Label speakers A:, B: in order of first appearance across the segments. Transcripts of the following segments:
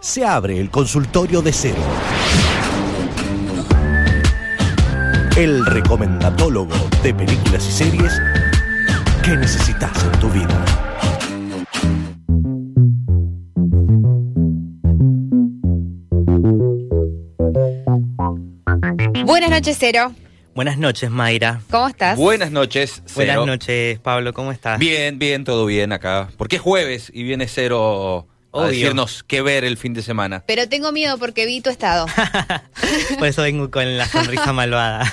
A: Se abre el consultorio de cero. El recomendatólogo de películas y series que necesitas en tu vida.
B: Buenas noches, Cero.
C: Buenas noches, Mayra.
B: ¿Cómo estás?
D: Buenas noches, Cero.
C: Buenas noches, Pablo, ¿cómo estás?
D: Bien, bien, todo bien acá. Porque es jueves y viene Cero a
C: Obvio.
D: decirnos qué ver el fin de semana.
B: Pero tengo miedo porque vi tu estado.
C: Por eso vengo con la sonrisa malvada.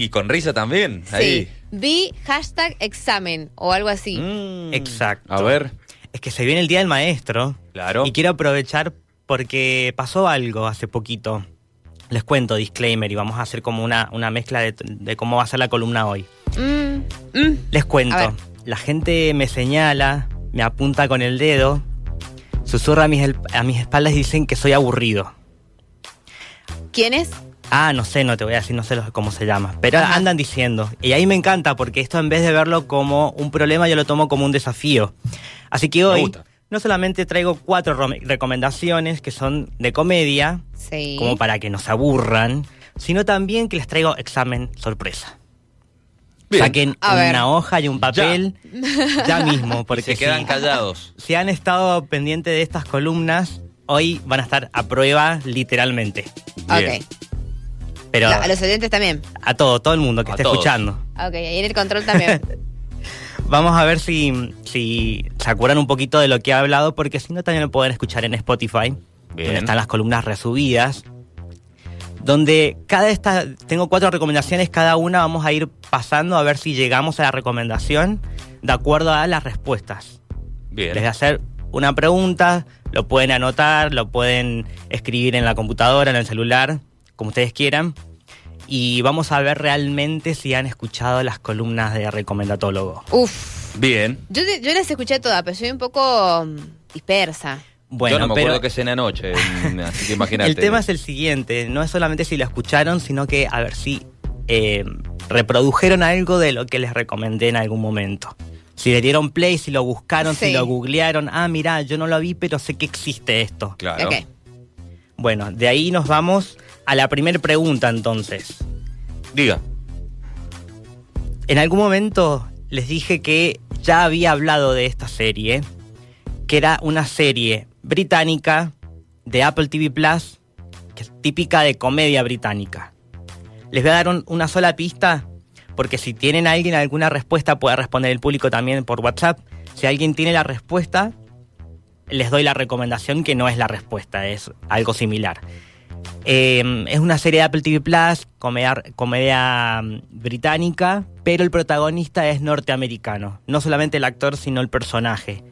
D: Y con risa también, ahí.
B: Sí. Vi hashtag examen o algo así.
D: Mm.
C: Exacto.
D: A ver,
C: Es que se viene el Día del Maestro
D: claro.
C: y quiero aprovechar porque pasó algo hace poquito. Les cuento, disclaimer, y vamos a hacer como una, una mezcla de, de cómo va a ser la columna hoy.
B: Mm, mm.
C: Les
B: A ver.
C: cuento, la gente me señala, me apunta con el dedo, susurra a mis, el- a mis espaldas y dicen que soy aburrido.
B: ¿Quién es?
C: Ah, no sé, no te voy a decir, no sé los- cómo se llama. Pero
B: Ajá.
C: andan diciendo. Y ahí me encanta porque esto en vez de verlo como un problema, yo lo tomo como un desafío. Así que hoy
D: gusta.
C: no solamente traigo cuatro rom- recomendaciones que son de comedia,
B: Sí.
C: como para que no se aburran, sino también que les traigo examen sorpresa.
D: Bien.
C: Saquen
B: A
C: una
B: ver.
C: hoja y un papel ya, mismo,
D: Y
C: porque
D: se quedan
C: si-
D: callados.
C: si han estado pendientes de estas columnas, hoy van a estar a prueba literalmente.
D: Bien.
B: Ok.
C: Pero
B: La- a los oyentes también.
C: a todo, todo el mundo que
D: A
C: esté
D: todos.
C: escuchando.
B: Ok, y en el control también.
C: Vamos a ver si, si se acuerdan un poquito de lo que he hablado, porque si no también lo pueden escuchar en Spotify, donde
D: Bien.
C: están las columnas resubidas, donde cada esta, tengo cuatro recomendaciones, cada una vamos a ir pasando a ver si llegamos a la recomendación de acuerdo a las respuestas.
D: Bien.
C: Les voy a hacer una pregunta, lo pueden anotar, lo pueden escribir en la computadora, en el celular, como ustedes quieran. Y vamos a ver realmente si han escuchado las columnas de Recomendatólogo.
B: Uf.
D: Bien.
B: Yo, te- yo las escuché todas, pero soy un poco mm, dispersa.
C: Bueno,
D: Yo no me
C: pero
D: acuerdo que cené anoche, mm, así que imagínate.
C: el tema es el siguiente, no es solamente si la escucharon, sino que a ver si eh, reprodujeron algo de lo que les recomendé en algún momento. Si le dieron play, si lo buscaron,
B: Sí.
C: si lo googlearon, ah, mirá, yo no lo vi, pero sé que existe esto.
D: Claro.
B: Ok.
C: Bueno, de ahí nos vamos a la primera pregunta entonces.
D: Diga.
C: En algún momento les dije que ya había hablado de esta serie, que era una serie británica de Apple TV Plus, que es típica de comedia británica. Les voy a dar un- una sola pista, porque si tienen alguien alguna respuesta, puede responder el público también por WhatsApp. Si alguien tiene la respuesta, les doy la recomendación que no es la respuesta, es algo similar. Eh, es una serie de Apple TV Plus, comedia, comedia mm, británica, pero el protagonista es norteamericano. No solamente el actor, sino el personaje.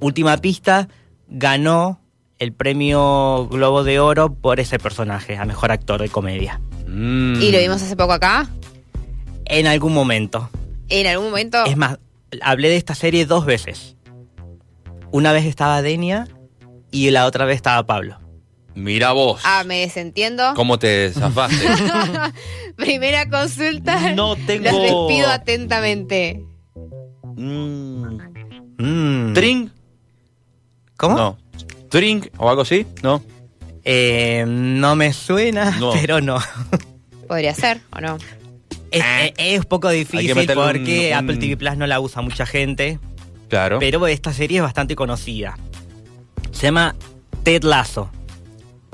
C: Última pista, ganó el premio Globo de Oro por ese personaje, a mejor actor de comedia.
D: Mm.
B: ¿Y lo vimos hace poco acá?
C: En algún momento.
B: ¿En algún momento?
C: Es más, hablé de esta serie dos veces. Una vez estaba Denia y la otra vez estaba Pablo.
D: Mm, Mira vos.
B: Ah, me desentiendo.
D: ¿Cómo te zafaste?
B: Primera consulta.
C: No tengo-
B: Los despido atentamente.
D: Mm.
C: Mm.
D: ¿Tring?
C: ¿Cómo?
D: No. ¿Tring o algo así? No.
C: Eh, no me suena,
D: No.
C: pero no.
B: Podría ser, ¿o no?
C: Es, es- es un poco
D: Ah. Hay que
C: difícil
D: meterle un-
C: porque
D: un-
C: Apple TV Plus no la usa mucha gente,
D: Claro.
C: pero esta serie es bastante conocida. Se llama Ted Lasso.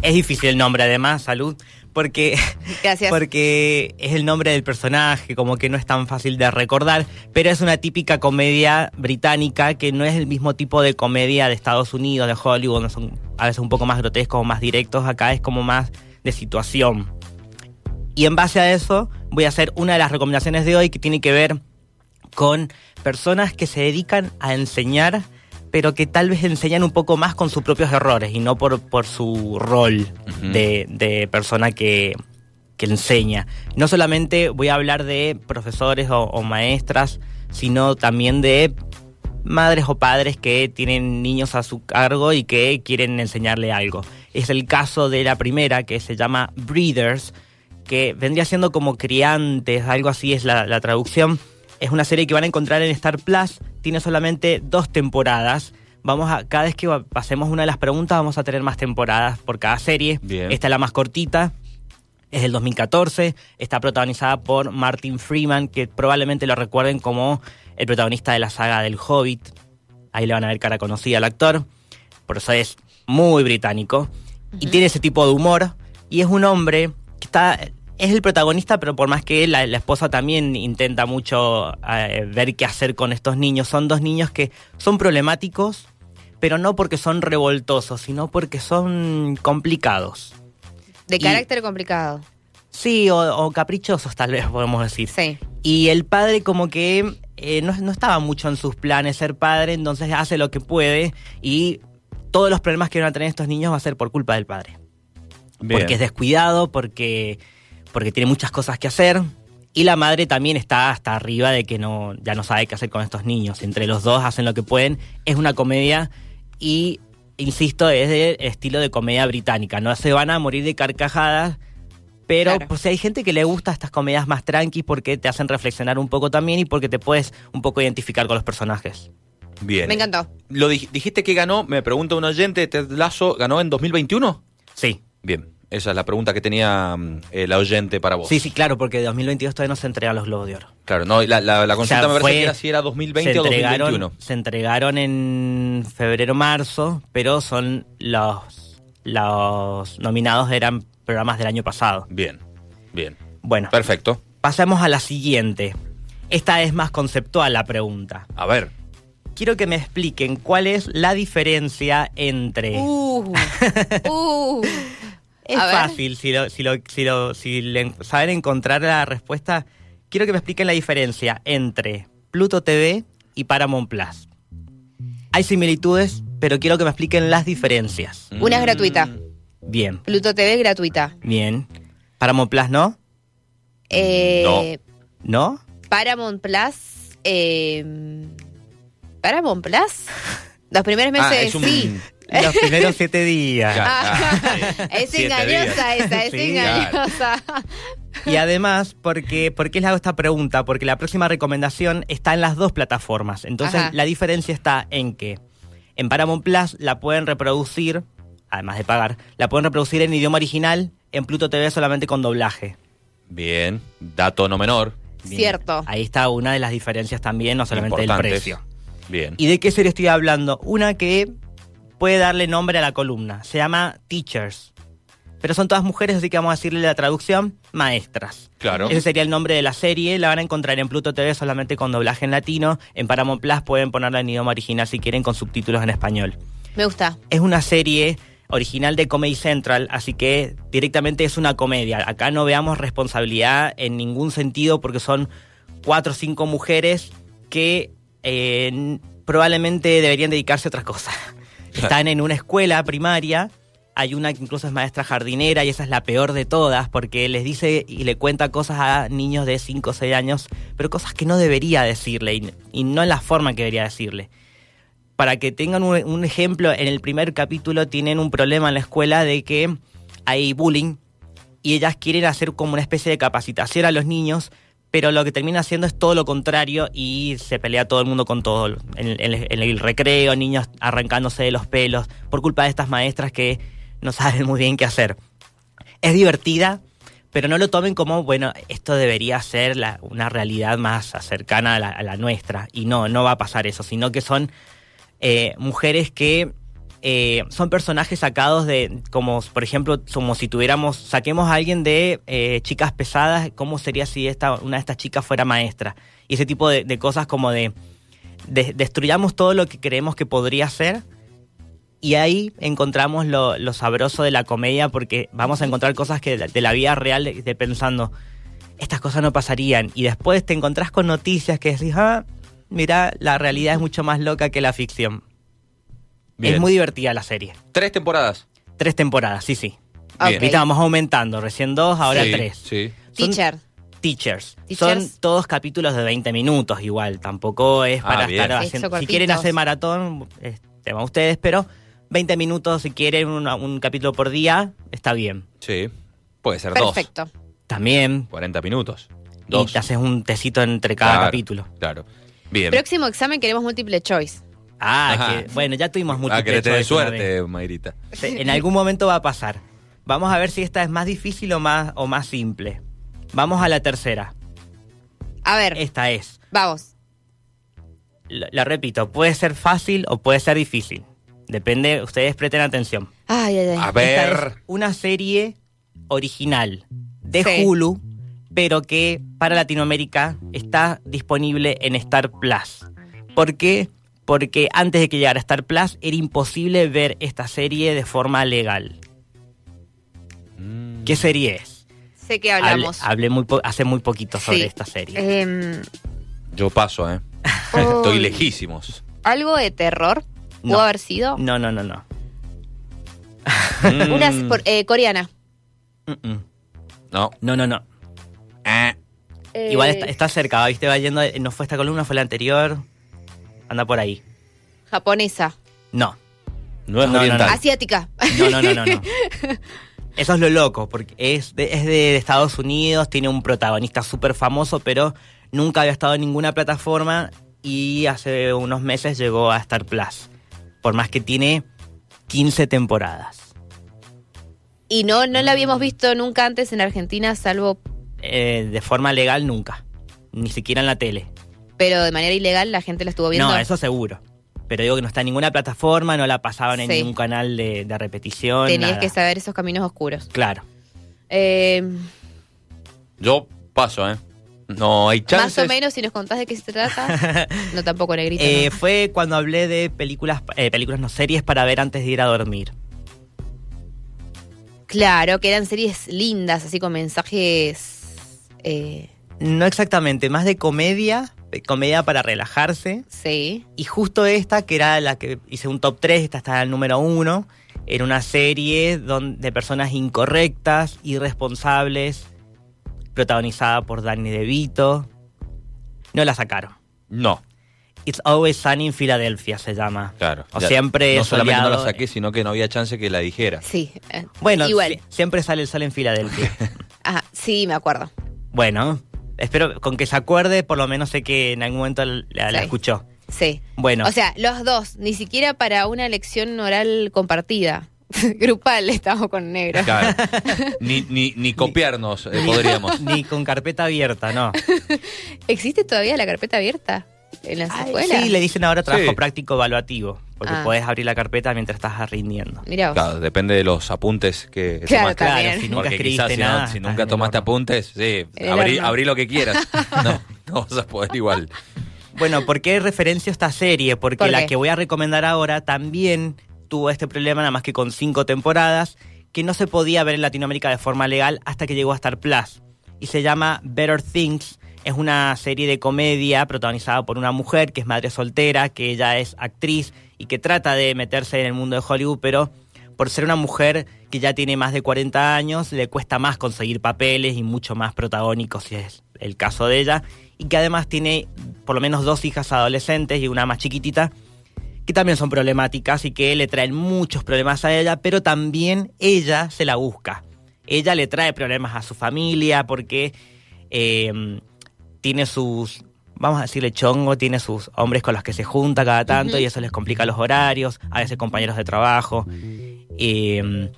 C: Es difícil el nombre, además, salud, porque,
B: Gracias.
C: porque es el nombre del personaje, como que no es tan fácil de recordar, pero es una típica comedia británica que no es el mismo tipo de comedia de Estados Unidos, de Hollywood, donde son a veces un poco más grotescos, más directos, acá es como más de situación. Y en base a eso, voy a hacer una de las recomendaciones de hoy que tiene que ver con personas que se dedican a enseñar, pero que tal vez enseñan un poco más con sus propios errores y no por, por su rol
D: Ujú.
C: de, de persona que, que enseña. No solamente voy a hablar de profesores o, o maestras, sino también de madres o padres que tienen niños a su cargo y que quieren enseñarle algo. Es el caso de la primera que se llama Breeders, que vendría siendo como criantes, algo así es la, la traducción. Es una serie que van a encontrar en Star Plus, tiene solamente dos temporadas, vamos a, cada vez que va- pasemos una de las preguntas, vamos a tener más temporadas por cada serie.
D: Bien.
C: Esta es la más cortita, es del 2014, está protagonizada por Martin Freeman, que probablemente lo recuerden como el protagonista de la saga del Hobbit. Ahí le van a ver cara conocida al actor. Por eso es muy británico. Y tiene ese tipo de humor. Y es un hombre que está. Es el protagonista, pero por más que la, la esposa también intenta mucho eh, ver qué hacer con estos niños. Son dos niños que son problemáticos, pero no porque son revoltosos, sino porque son complicados.
B: De
C: Y-
B: carácter complicado.
C: Sí, o, o caprichosos tal vez podemos decir.
B: Sí.
C: Y el padre como que eh, no, no estaba mucho en sus planes ser padre, entonces hace lo que puede y todos los problemas que van a tener estos niños va a ser por culpa del padre.
D: Bien.
C: Porque es descuidado, porque, porque tiene muchas cosas que hacer. Y la madre también está hasta arriba de que no, ya no sabe qué hacer con estos niños. Entre los dos hacen lo que pueden. Es una comedia y, insisto, es de estilo de comedia británica. No se van a morir de carcajadas, pero
B: Claro.
C: pues, si hay gente que le gusta estas comedias más tranqui porque te hacen reflexionar un poco también y porque te puedes un poco identificar con los personajes.
D: Bien.
B: Me encantó.
D: Lo dij- dijiste que ganó, me pregunta un oyente, Ted Lasso, ¿ganó en 2021?
C: Sí.
D: Bien, esa es la pregunta que tenía mm, eh, la oyente para vos.
C: Sí, sí, claro, porque de 2022 todavía no se entregan los Globos de Oro.
D: Claro, no, la, la- la consulta
C: O sea,
D: me parece
C: fue-
D: que era si era 2020
C: se
D: o
C: entregaron,
D: 2021.
C: Se entregaron en febrero, marzo, pero son los, los nominados eran programas del año pasado.
D: Bien, bien.
C: Bueno,
D: Perfecto.
C: pasamos a la siguiente. Esta es más conceptual la pregunta.
D: A ver.
C: Quiero que me expliquen cuál es la diferencia entre...
B: Uh, uh.
C: es
B: a ver.
C: fácil, si, lo- si, lo- si, lo- si le en- saben encontrar la respuesta. Quiero que me expliquen la diferencia entre Pluto TV y Paramount Plus. Hay similitudes, pero quiero que me expliquen las diferencias.
B: Una es gratuita.
D: Mm.
C: Bien,
B: Pluto TV es gratuita.
C: bien. Paramount Plus no,
B: Eh,
C: no.
B: Paramount Plus. eh, Paramount Plus. Los primeros meses
D: Ah, es un-
B: sí.
C: Los primeros siete días.
D: Ah,
B: Ah,
D: sí.
B: es
D: Siete
B: engañosa
D: días.
B: esa, es
C: Sí,
B: engañosa.
C: Y además, porque, ¿por qué les hago esta pregunta? Porque la próxima recomendación está en las dos plataformas. Entonces,
B: Ajá.
C: la diferencia está en que en Paramount Plus la pueden reproducir, además de pagar, la pueden reproducir en idioma original, en Pluto TV solamente con doblaje.
D: Bien, dato no menor.
C: Bien.
B: Cierto.
C: Ahí está una de las diferencias también, no solamente el
D: Importantes.
C: precio.
D: Bien.
C: ¿Y de qué serie estoy hablando? Una que puede darle nombre a la columna. Se llama Teachers. Pero son todas mujeres, así que vamos a decirle la traducción maestras.
D: Claro.
C: Ese sería el nombre de la serie. La van a encontrar en Pluto TV solamente con doblaje en latino. En Paramount Plus pueden ponerla en idioma original si quieren con subtítulos en español.
B: Me gusta.
C: Es una serie original de Comedy Central, así que directamente es una comedia. Acá no veamos responsabilidad en ningún sentido porque son cuatro o cinco mujeres que eh, n- probablemente deberían dedicarse a otras cosas. Están en una escuela primaria, hay una que incluso es maestra jardinera y esa es la peor de todas porque les dice y le cuenta cosas a niños de 5 o 6 años, pero cosas que no debería decirle y, y no en la forma en que debería decirle para que tengan un, un ejemplo, en el primer capítulo tienen un problema en la escuela de que hay bullying y ellas quieren hacer como una especie de capacitación a los niños, pero lo que termina haciendo es todo lo contrario y se pelea todo el mundo con todo. En, en- en el recreo, niños arrancándose de los pelos por culpa de estas maestras que no saben muy bien qué hacer. Es divertida, pero no lo tomen como, bueno, esto debería ser la- una realidad más cercana a la, a la nuestra. Y no, no va a pasar eso, sino que son eh, mujeres que eh, son personajes sacados de, como por ejemplo, como si tuviéramos, saquemos a alguien de eh, chicas pesadas, ¿cómo sería si esta, una de estas chicas fuera maestra? Y ese tipo de, de cosas como de, de- destruyamos todo lo que creemos que podría ser. Y ahí encontramos lo, lo sabroso de la comedia porque vamos a encontrar cosas que de la, de la vida real de, de pensando, estas cosas no pasarían. Y después te encontrás con noticias que decís, ah, mira, la realidad es mucho más loca que la ficción.
D: Bien.
C: Es muy divertida la serie.
D: Tres temporadas.
C: Tres temporadas, sí, sí.
D: Bien.
B: Ok.
C: Ahorita vamos aumentando, recién dos, ahora
D: Sí,
C: tres.
D: Sí.
C: Son
B: Teacher.
C: Teachers.
B: Teachers.
C: Son todos capítulos de 20 minutos igual, tampoco es
D: Ah,
C: para
D: bien.
C: estar
B: Sí, son
C: haciendo... Si
B: cortitos.
C: quieren hacer maratón, es tema de ustedes, pero 20 minutos si quieren, una- un capítulo por día, está bien.
D: Sí. Puede ser dos.
B: Perfecto.
C: También,
D: 40 minutos.
C: y
D: Dos.
C: te haces un tecito entre cada
D: Claro,
C: capítulo.
D: Claro. Bien.
B: Próximo examen queremos múltiple choice.
C: Ah,
D: Ajá.
C: que- bueno, ya tuvimos mucho
D: Ah, que le
C: techo
D: tenés
C: eso una vez.
D: suerte, Mayrita.
C: Sí, En algún momento va a pasar. Vamos a ver si esta es más difícil o más, o más simple. Vamos a la tercera.
B: A ver,
C: Esta es.
B: vamos.
C: La, la repito, puede ser fácil o puede ser difícil. Depende, ustedes presten atención.
B: Ay, ay, ay.
D: A
C: Esta es
D: ver.
C: una serie original de
B: Sí.
C: Hulu, pero que para Latinoamérica está disponible en Star Plus. ¿Por qué? Porque antes de que llegara Star Plus era imposible ver esta serie de forma legal.
D: Mm.
C: ¿Qué serie es?
B: Sé que
C: Habl-
B: hablamos.
C: hablé muy po- hace muy poquito sobre
B: Sí.
C: esta serie.
B: Em,
D: Yo paso, ¿eh? Estoy
B: uy,
D: lejísimos.
B: ¿Algo de terror? ¿Pudo
C: No.
B: haber sido?
C: No, no, no, no.
D: Mm,
B: Una s- por- eh, coreana.
C: Mm, mm.
D: No.
C: No, no, no.
D: Eh.
C: Igual
B: Eh,
C: está, está cerca, ¿viste? Va yendo. No fue esta columna, fue la anterior. Anda por ahí.
B: Japonesa.
C: No.
D: No es
C: No, no,
D: oriental.
C: Dale. no.
B: Asiática.
C: No, no, no, no, no. Eso es lo loco, porque es de, es de Estados Unidos, tiene un protagonista súper famoso, pero nunca había estado en ninguna plataforma y hace unos meses llegó a Star Plus. Por más que tiene 15 temporadas.
B: Y no, no la habíamos visto nunca antes en Argentina, salvo,
C: Eh, de forma legal, nunca. Ni siquiera en la tele.
B: pero de manera ilegal la gente la estuvo viendo.
C: No, eso seguro. Pero digo que no está en ninguna plataforma, no la pasaban en
B: Sí.
C: ningún canal de, de repetición.
B: Tenías
C: nada.
B: que saber esos caminos oscuros.
C: Claro.
B: Eh,
D: Yo paso, ¿eh? No hay chances.
B: más o menos, si nos contás de qué se trata. no, tampoco negrita.
C: Eh,
B: ¿no?
C: Fue cuando hablé de películas, eh, películas no series para ver antes de ir a dormir.
B: Claro, que eran series lindas, así con mensajes. eh,
C: No exactamente, más de comedia, de comedia para relajarse.
B: sí.
C: Y justo esta, que era la que hice un top 3, esta está en el número 1, era una serie don- de personas incorrectas, irresponsables, protagonizada por Danny DeVito. No la sacaron.
D: No,
C: It's Always Sunny in Philadelphia se llama.
D: claro.
C: O
D: Ya,
C: siempre
D: No solamente no la
C: soleado.
D: saqué, sino que no había chance que la dijera.
B: Sí. eh,
C: Bueno,
B: Igual.
C: si- siempre sale el sol en Filadelfia.
B: Ajá, sí, me acuerdo.
C: bueno, espero con que se acuerde, por lo menos sé que en algún momento la, la
B: Sí.
C: escuchó.
B: Sí.
C: Bueno,
B: O sea, los dos, ni siquiera para una lección oral compartida. Grupal estamos con negro.
D: Claro. ni, ni, ni copiarnos eh, podríamos.
C: ni con carpeta abierta, no.
B: ¿Existe todavía la carpeta abierta en las
C: Ay,
B: escuelas?
C: sí, le dicen ahora trabajo
D: Sí.
C: práctico evaluativo, porque
B: Ah.
C: podés abrir la carpeta mientras estás rindiendo.
B: Mirá vos.
D: Claro, depende de los apuntes que que
B: Claro,
D: tomaste.
B: Claro, también.
C: si nunca
D: Porque
C: escribiste
D: quizás si, no-
C: nada.
D: si
C: estás en
D: nunca
C: el
D: tomaste
C: horno.
D: apuntes, sí,
B: El
D: abrí,
B: horno.
D: abrí lo que quieras. No, no vas a poder igual.
C: Bueno, ¿por qué referencio esta serie? Porque
B: ¿Por
C: la
B: qué?
C: que voy a recomendar ahora también tuvo este problema, nada más que con cinco temporadas, que no se podía ver en Latinoamérica de forma legal hasta que llegó a Star Plus. Y se llama Better Things. Es una serie de comedia protagonizada por una mujer que es madre soltera, que ella es actriz y que trata de meterse en el mundo de Hollywood, pero por ser una mujer que ya tiene más de 40 años, le cuesta más conseguir papeles y mucho más protagónicos, si es el caso de ella, y que además tiene por lo menos dos hijas adolescentes y una más chiquitita, que también son problemáticas y que le traen muchos problemas a ella, pero también ella se la busca. Ella le trae problemas a su familia porque eh, tiene sus, vamos a decirle chongo, tiene sus hombres con los que se junta cada tanto
B: Ujú.
C: y eso les complica los horarios, a veces compañeros de trabajo. Eh,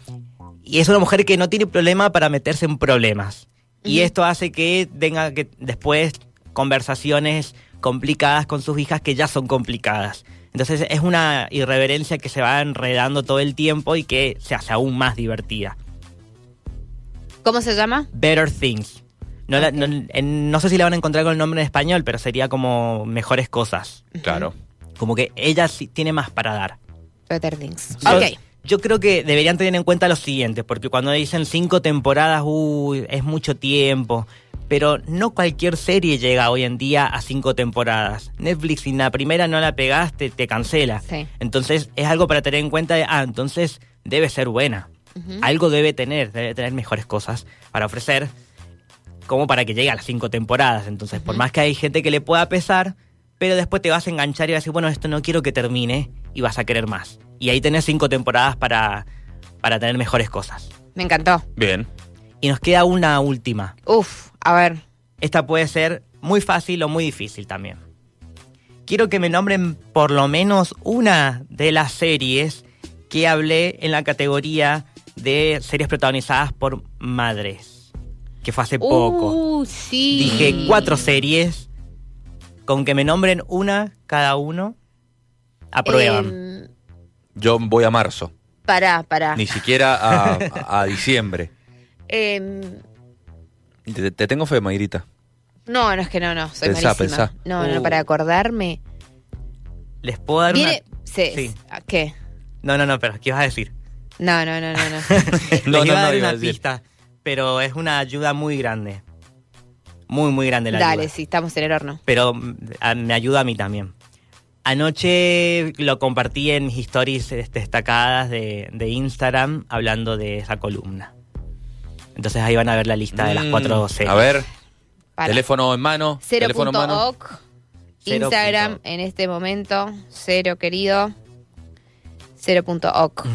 C: y es una mujer que no tiene problema para meterse en problemas. Y
B: Ujú.
C: esto hace que tenga que después conversaciones complicadas con sus hijas que ya son complicadas. Entonces es una irreverencia que se va enredando todo el tiempo y que se hace aún más divertida.
B: ¿Cómo se llama?
C: Better Things. No, la- no- en- no sé si la van a encontrar con el nombre en español, pero sería como mejores cosas.
D: Claro.
C: Como que ella sí tiene más para dar.
B: Better Things.
C: Yo-
B: Ok.
C: Yo creo que deberían tener en cuenta lo siguiente, porque cuando dicen cinco temporadas, uy, es mucho tiempo. Pero no cualquier serie llega hoy en día a cinco temporadas. Netflix, si en la primera no la pegaste, te cancela.
B: Sí.
C: Entonces es algo para tener en cuenta de, ah, entonces debe ser buena.
B: Ujú.
C: Algo debe tener, debe tener mejores cosas para ofrecer, como para que llegue a las cinco temporadas. Entonces, por más que hay gente que le pueda pesar, pero después te vas a enganchar y vas a decir, bueno, esto no quiero que termine y vas a querer más. Y ahí tenés cinco temporadas para, para tener mejores cosas.
B: Me encantó.
D: Bien.
C: Y nos queda una última.
B: Uf, a ver.
C: Esta puede ser muy fácil o muy difícil también. quiero que me nombren por lo menos una de las series que hablé en la categoría de series protagonizadas por madres, que fue hace poco.
B: Uh, sí.
C: Dije cuatro series, con que me nombren una cada uno, aprueban.
B: Em,
D: Yo voy a marzo,
B: pará, pará.
D: ni siquiera a, a- a diciembre.
B: Em,
D: Te, te tengo fe, Mayrita.
B: no, no es que no, no. Soy
D: Pensá,
B: malísima.
D: pensá.
B: No, no,
C: Uh.
B: para acordarme.
C: Les puedo dar una...
B: Viene. se-
C: sí.
B: ¿a ¿Qué?
C: No, no, no, pero ¿qué vas a decir?
B: No, no, no, no. no.
C: Les
D: No, no,
C: iba a
D: no,
C: dar
D: iba a
C: una
D: decir.
C: pista, pero es una ayuda muy grande. Muy, muy grande la
B: Dale,
C: ayuda.
B: sí, estamos en el horno.
C: Pero mm, a- me ayuda a mí también. Anoche lo compartí en mis stories este, destacadas de, de Instagram hablando de esa columna. Entonces ahí van a ver la lista de las
D: Mm,
C: cuatro series.
D: A ver,
B: Pará.
D: teléfono en mano. teléfono en mano.
B: 0.oc.
C: Cero
B: Instagram
C: punto.
B: en este momento. Cero, querido. 0.oc.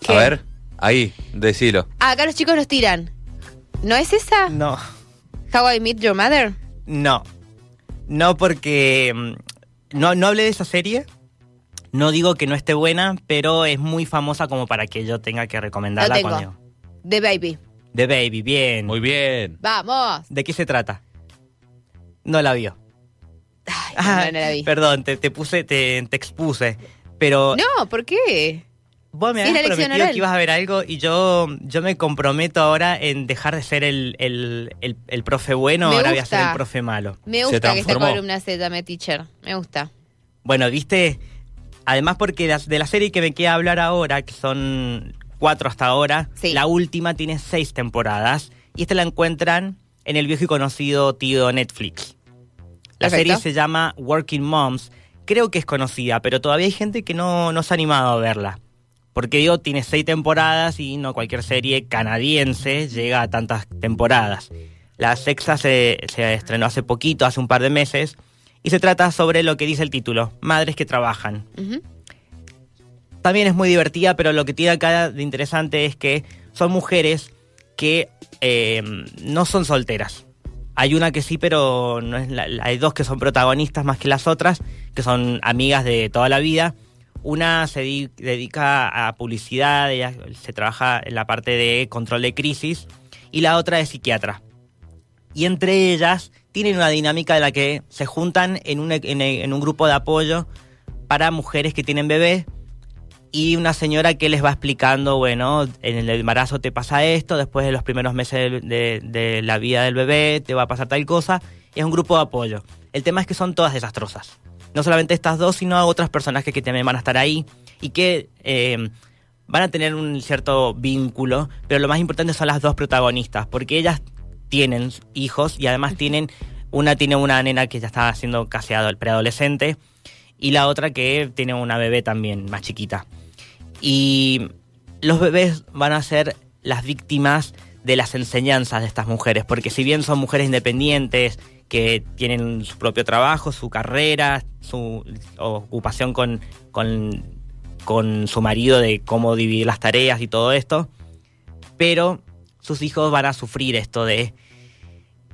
B: ¿Qué?
D: A ver, ahí, decilo.
B: Ah, acá los chicos nos tiran. ¿No es esa?
C: No,
B: How I Meet Your Mother.
C: no. No porque... mm, No, no hablé de esa serie. No digo que no esté buena, pero es muy famosa como para que yo tenga que recomendarla
B: tengo.
C: cuando...
B: The Baby.
C: The Baby, bien.
D: Muy bien.
B: Vamos.
C: ¿De qué se trata? No la vio.
B: Ay,
C: Ah,
B: no, no, no la vi.
C: Perdón, te, te puse, te, te expuse. Pero
B: No, ¿por qué?
C: vos me
B: sí,
C: habías
B: era elección
C: prometido
B: oral.
C: que ibas a ver algo y yo, yo me comprometo ahora en dejar de ser el, el, el- el profe bueno,
B: Me
C: ahora voy a ser el
B: gusta.
C: profe malo.
B: Me
D: Se
B: gusta que esta
D: transformó.
B: columna se llame Teacher. Me gusta.
C: Bueno, viste, además porque las- de la serie que me queda hablar ahora, que son cuatro hasta ahora,
B: Sí.
C: la última tiene seis temporadas y esta la encuentran en el viejo y conocido tío Netflix. La
B: Perfecto.
C: serie se llama Working Moms. Creo que es conocida, pero todavía hay gente que no, no se ha animado a verla. Porque digo, tiene seis temporadas y no cualquier serie canadiense llega a tantas temporadas. La sexta se, se estrenó hace poquito, hace un par de meses, y se trata sobre lo que dice el título, Madres que Trabajan.
B: Ujú.
C: También es muy divertida, pero lo que tiene acá de interesante es que son mujeres que eh, no son solteras. Hay una que sí, pero no es la- la- hay dos que son protagonistas más que las otras, que son amigas de toda la vida. Una se di- dedica a publicidad, ella se trabaja en la parte de control de crisis, y la otra es psiquiatra. Y entre ellas tienen una dinámica de la que se juntan en un, en- en un grupo de apoyo para mujeres que tienen bebés y una señora que les va explicando, bueno, en el embarazo te pasa esto, después de los primeros meses del- de, de la vida del bebé te va a pasar tal cosa, y es un grupo de apoyo. El tema es que son todas desastrosas. No solamente estas dos, sino otras personajes que también van a estar ahí y que eh, van a tener un cierto vínculo, pero lo más importante son las dos protagonistas, porque ellas tienen hijos y además tienen, una tiene una nena que ya está siendo casi ado- preadolescente y la otra que tiene una bebé también más chiquita. Y los bebés van a ser las víctimas de las enseñanzas de estas mujeres, porque si bien son mujeres independientes, que tienen su propio trabajo, su carrera, su ocupación con, con, con su marido de cómo dividir las tareas y todo esto, pero sus hijos van a sufrir esto de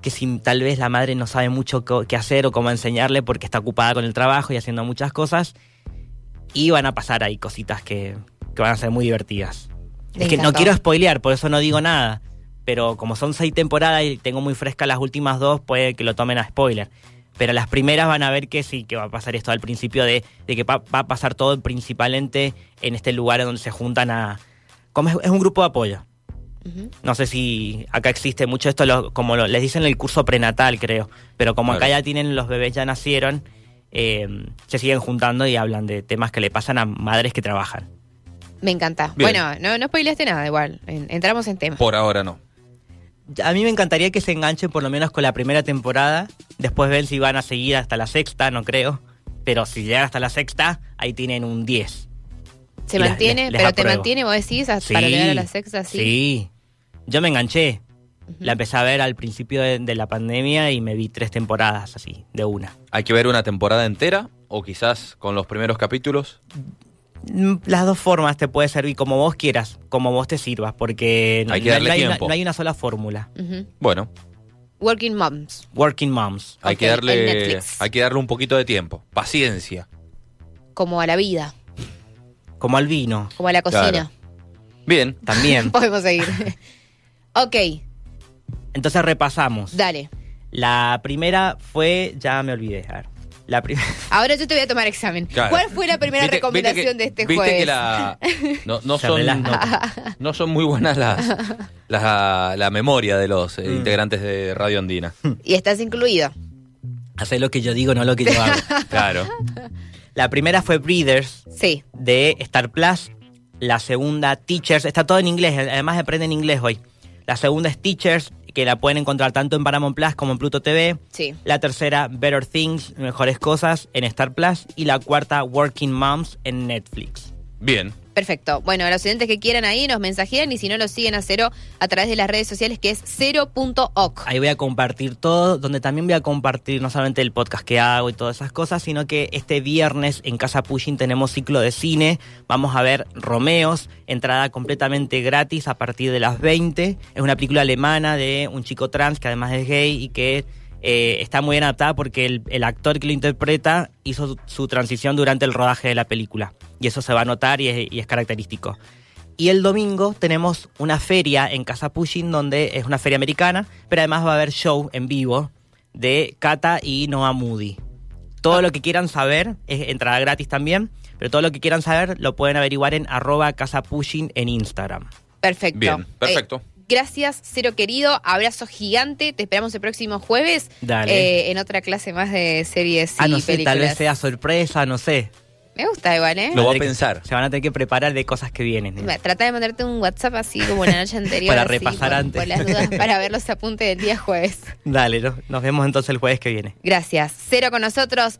C: que si tal vez la madre no sabe mucho co- qué hacer o cómo enseñarle porque está ocupada con el trabajo y haciendo muchas cosas, y van a pasar ahí cositas que, que van a ser muy divertidas.
B: Me
C: es que no
B: encantó.
C: quiero spoilear, por eso no digo nada, pero como son seis temporadas y tengo muy fresca las últimas dos, puede que lo tomen a spoiler. Pero las primeras van a ver que sí, que va a pasar esto al principio de, de que pa- va a pasar todo principalmente en este lugar donde se juntan a... Como es- es un grupo de apoyo.
B: Ujú.
C: No sé si acá existe mucho esto, lo- como lo- les dicen en el curso prenatal, creo. Pero como
D: Claro.
C: acá ya tienen los bebés, ya nacieron, eh, se siguen juntando y hablan de temas que le pasan a madres que trabajan.
B: Me encanta.
D: Bien.
B: Bueno, no, no spoileaste nada igual. En- entramos en tema.
D: Por ahora no.
C: A mí me encantaría que se enganchen por lo menos con la primera temporada. Después ven si van a seguir hasta la sexta, no creo. Pero si llegan hasta la sexta, ahí tienen un 10.
B: Se
C: y las-
B: mantiene,
C: les- les
B: pero te
C: apruebo.
B: mantiene, vos decís, hasta
C: Sí,
B: para llegar a la sexta, sí.
C: sí. Yo me enganché. La empecé a ver al principio de- de la pandemia y me vi tres temporadas así, de una.
D: Hay que ver una temporada entera o quizás con los primeros capítulos.
C: Mm, Las dos formas te puede servir como vos quieras, como vos te sirvas, porque no
D: Hay que
C: no
D: darle
C: hay una-
D: tiempo.
C: no hay una sola fórmula.
B: Ujú.
D: Bueno,
B: Working Moms.
C: Working Moms.
D: Hay,
B: Ok,
D: que
B: en
D: darle,
B: Netflix.
D: hay que darle un poquito de tiempo. Paciencia.
B: Como a la vida,
C: Como al vino,
B: como a la cocina.
D: Claro. Bien.
C: también.
B: Podemos seguir. ok,
C: Entonces repasamos.
B: dale.
C: La primera fue, ya me olvidé, a ver. La primera...
B: Ahora yo te voy a tomar examen.
D: Claro.
B: ¿Cuál fue la primera
D: Viste-
B: recomendación
D: viste que-
B: de este
D: viste
B: jueves?
D: que la- no, no
C: Se me las
D: son, no, no son muy buenas las, las- la memoria de los eh,
C: Mm.
D: integrantes de Radio Andina.
B: Y estás incluido.
C: Hacé lo que yo digo, no lo que yo hago.
D: Claro.
C: La primera fue Breeders,
B: Sí.
C: de Star Plus. La segunda, Teachers. Está todo en inglés, además aprenden inglés hoy. La segunda es Teachers, que la pueden encontrar tanto en Paramount Plus como en Pluto TV.
B: Sí.
C: La tercera, Better Things, Mejores Cosas, en Star Plus. Y la cuarta, Working Moms, en Netflix.
D: Bien.
B: Perfecto. Bueno, los oyentes que quieran ahí nos mensajean y si no los siguen a cero a través de las redes sociales que es cero.oc.
C: Ahí voy a compartir todo, donde también voy a compartir no solamente el podcast que hago y todas esas cosas, sino que este viernes en Casa Pushing tenemos ciclo de cine. Vamos a ver Romeos, entrada completamente gratis a partir de las 20. Es una película alemana de un chico trans que además es gay y que eh, está muy bien adaptada porque el, el actor que lo interpreta hizo su, su transición durante el rodaje de la película. Y eso se va a notar y es- y es característico. Y el domingo tenemos una feria en Casa Pushing, donde es una feria americana, pero además va a haber show en vivo de Kata y Noah Moody. Todo lo que quieran saber, es entrada gratis también, pero todo lo que quieran saber lo pueden averiguar en arroba Casa Pushing en Instagram.
B: Perfecto.
D: Bien. Perfecto.
B: Eh, gracias, cero querido. Abrazo gigante. Te esperamos el próximo jueves
C: Dale.
B: eh, en otra clase más de series
C: ah,
B: y
C: no sé,
B: películas.
C: tal vez sea sorpresa, no sé.
B: Me gusta igual, ¿eh?
D: Lo voy a
C: Tendré que-
D: pensar.
C: Se van a tener que preparar de cosas que vienen. ¿eh?
B: Bueno, Trata de mandarte un WhatsApp así como la noche anterior.
C: Para
B: así,
C: repasar
B: por-
C: antes.
B: por las dudas, para ver los apuntes del día jueves.
C: Dale, no- nos vemos entonces el jueves que viene.
B: Gracias. Cero con nosotros.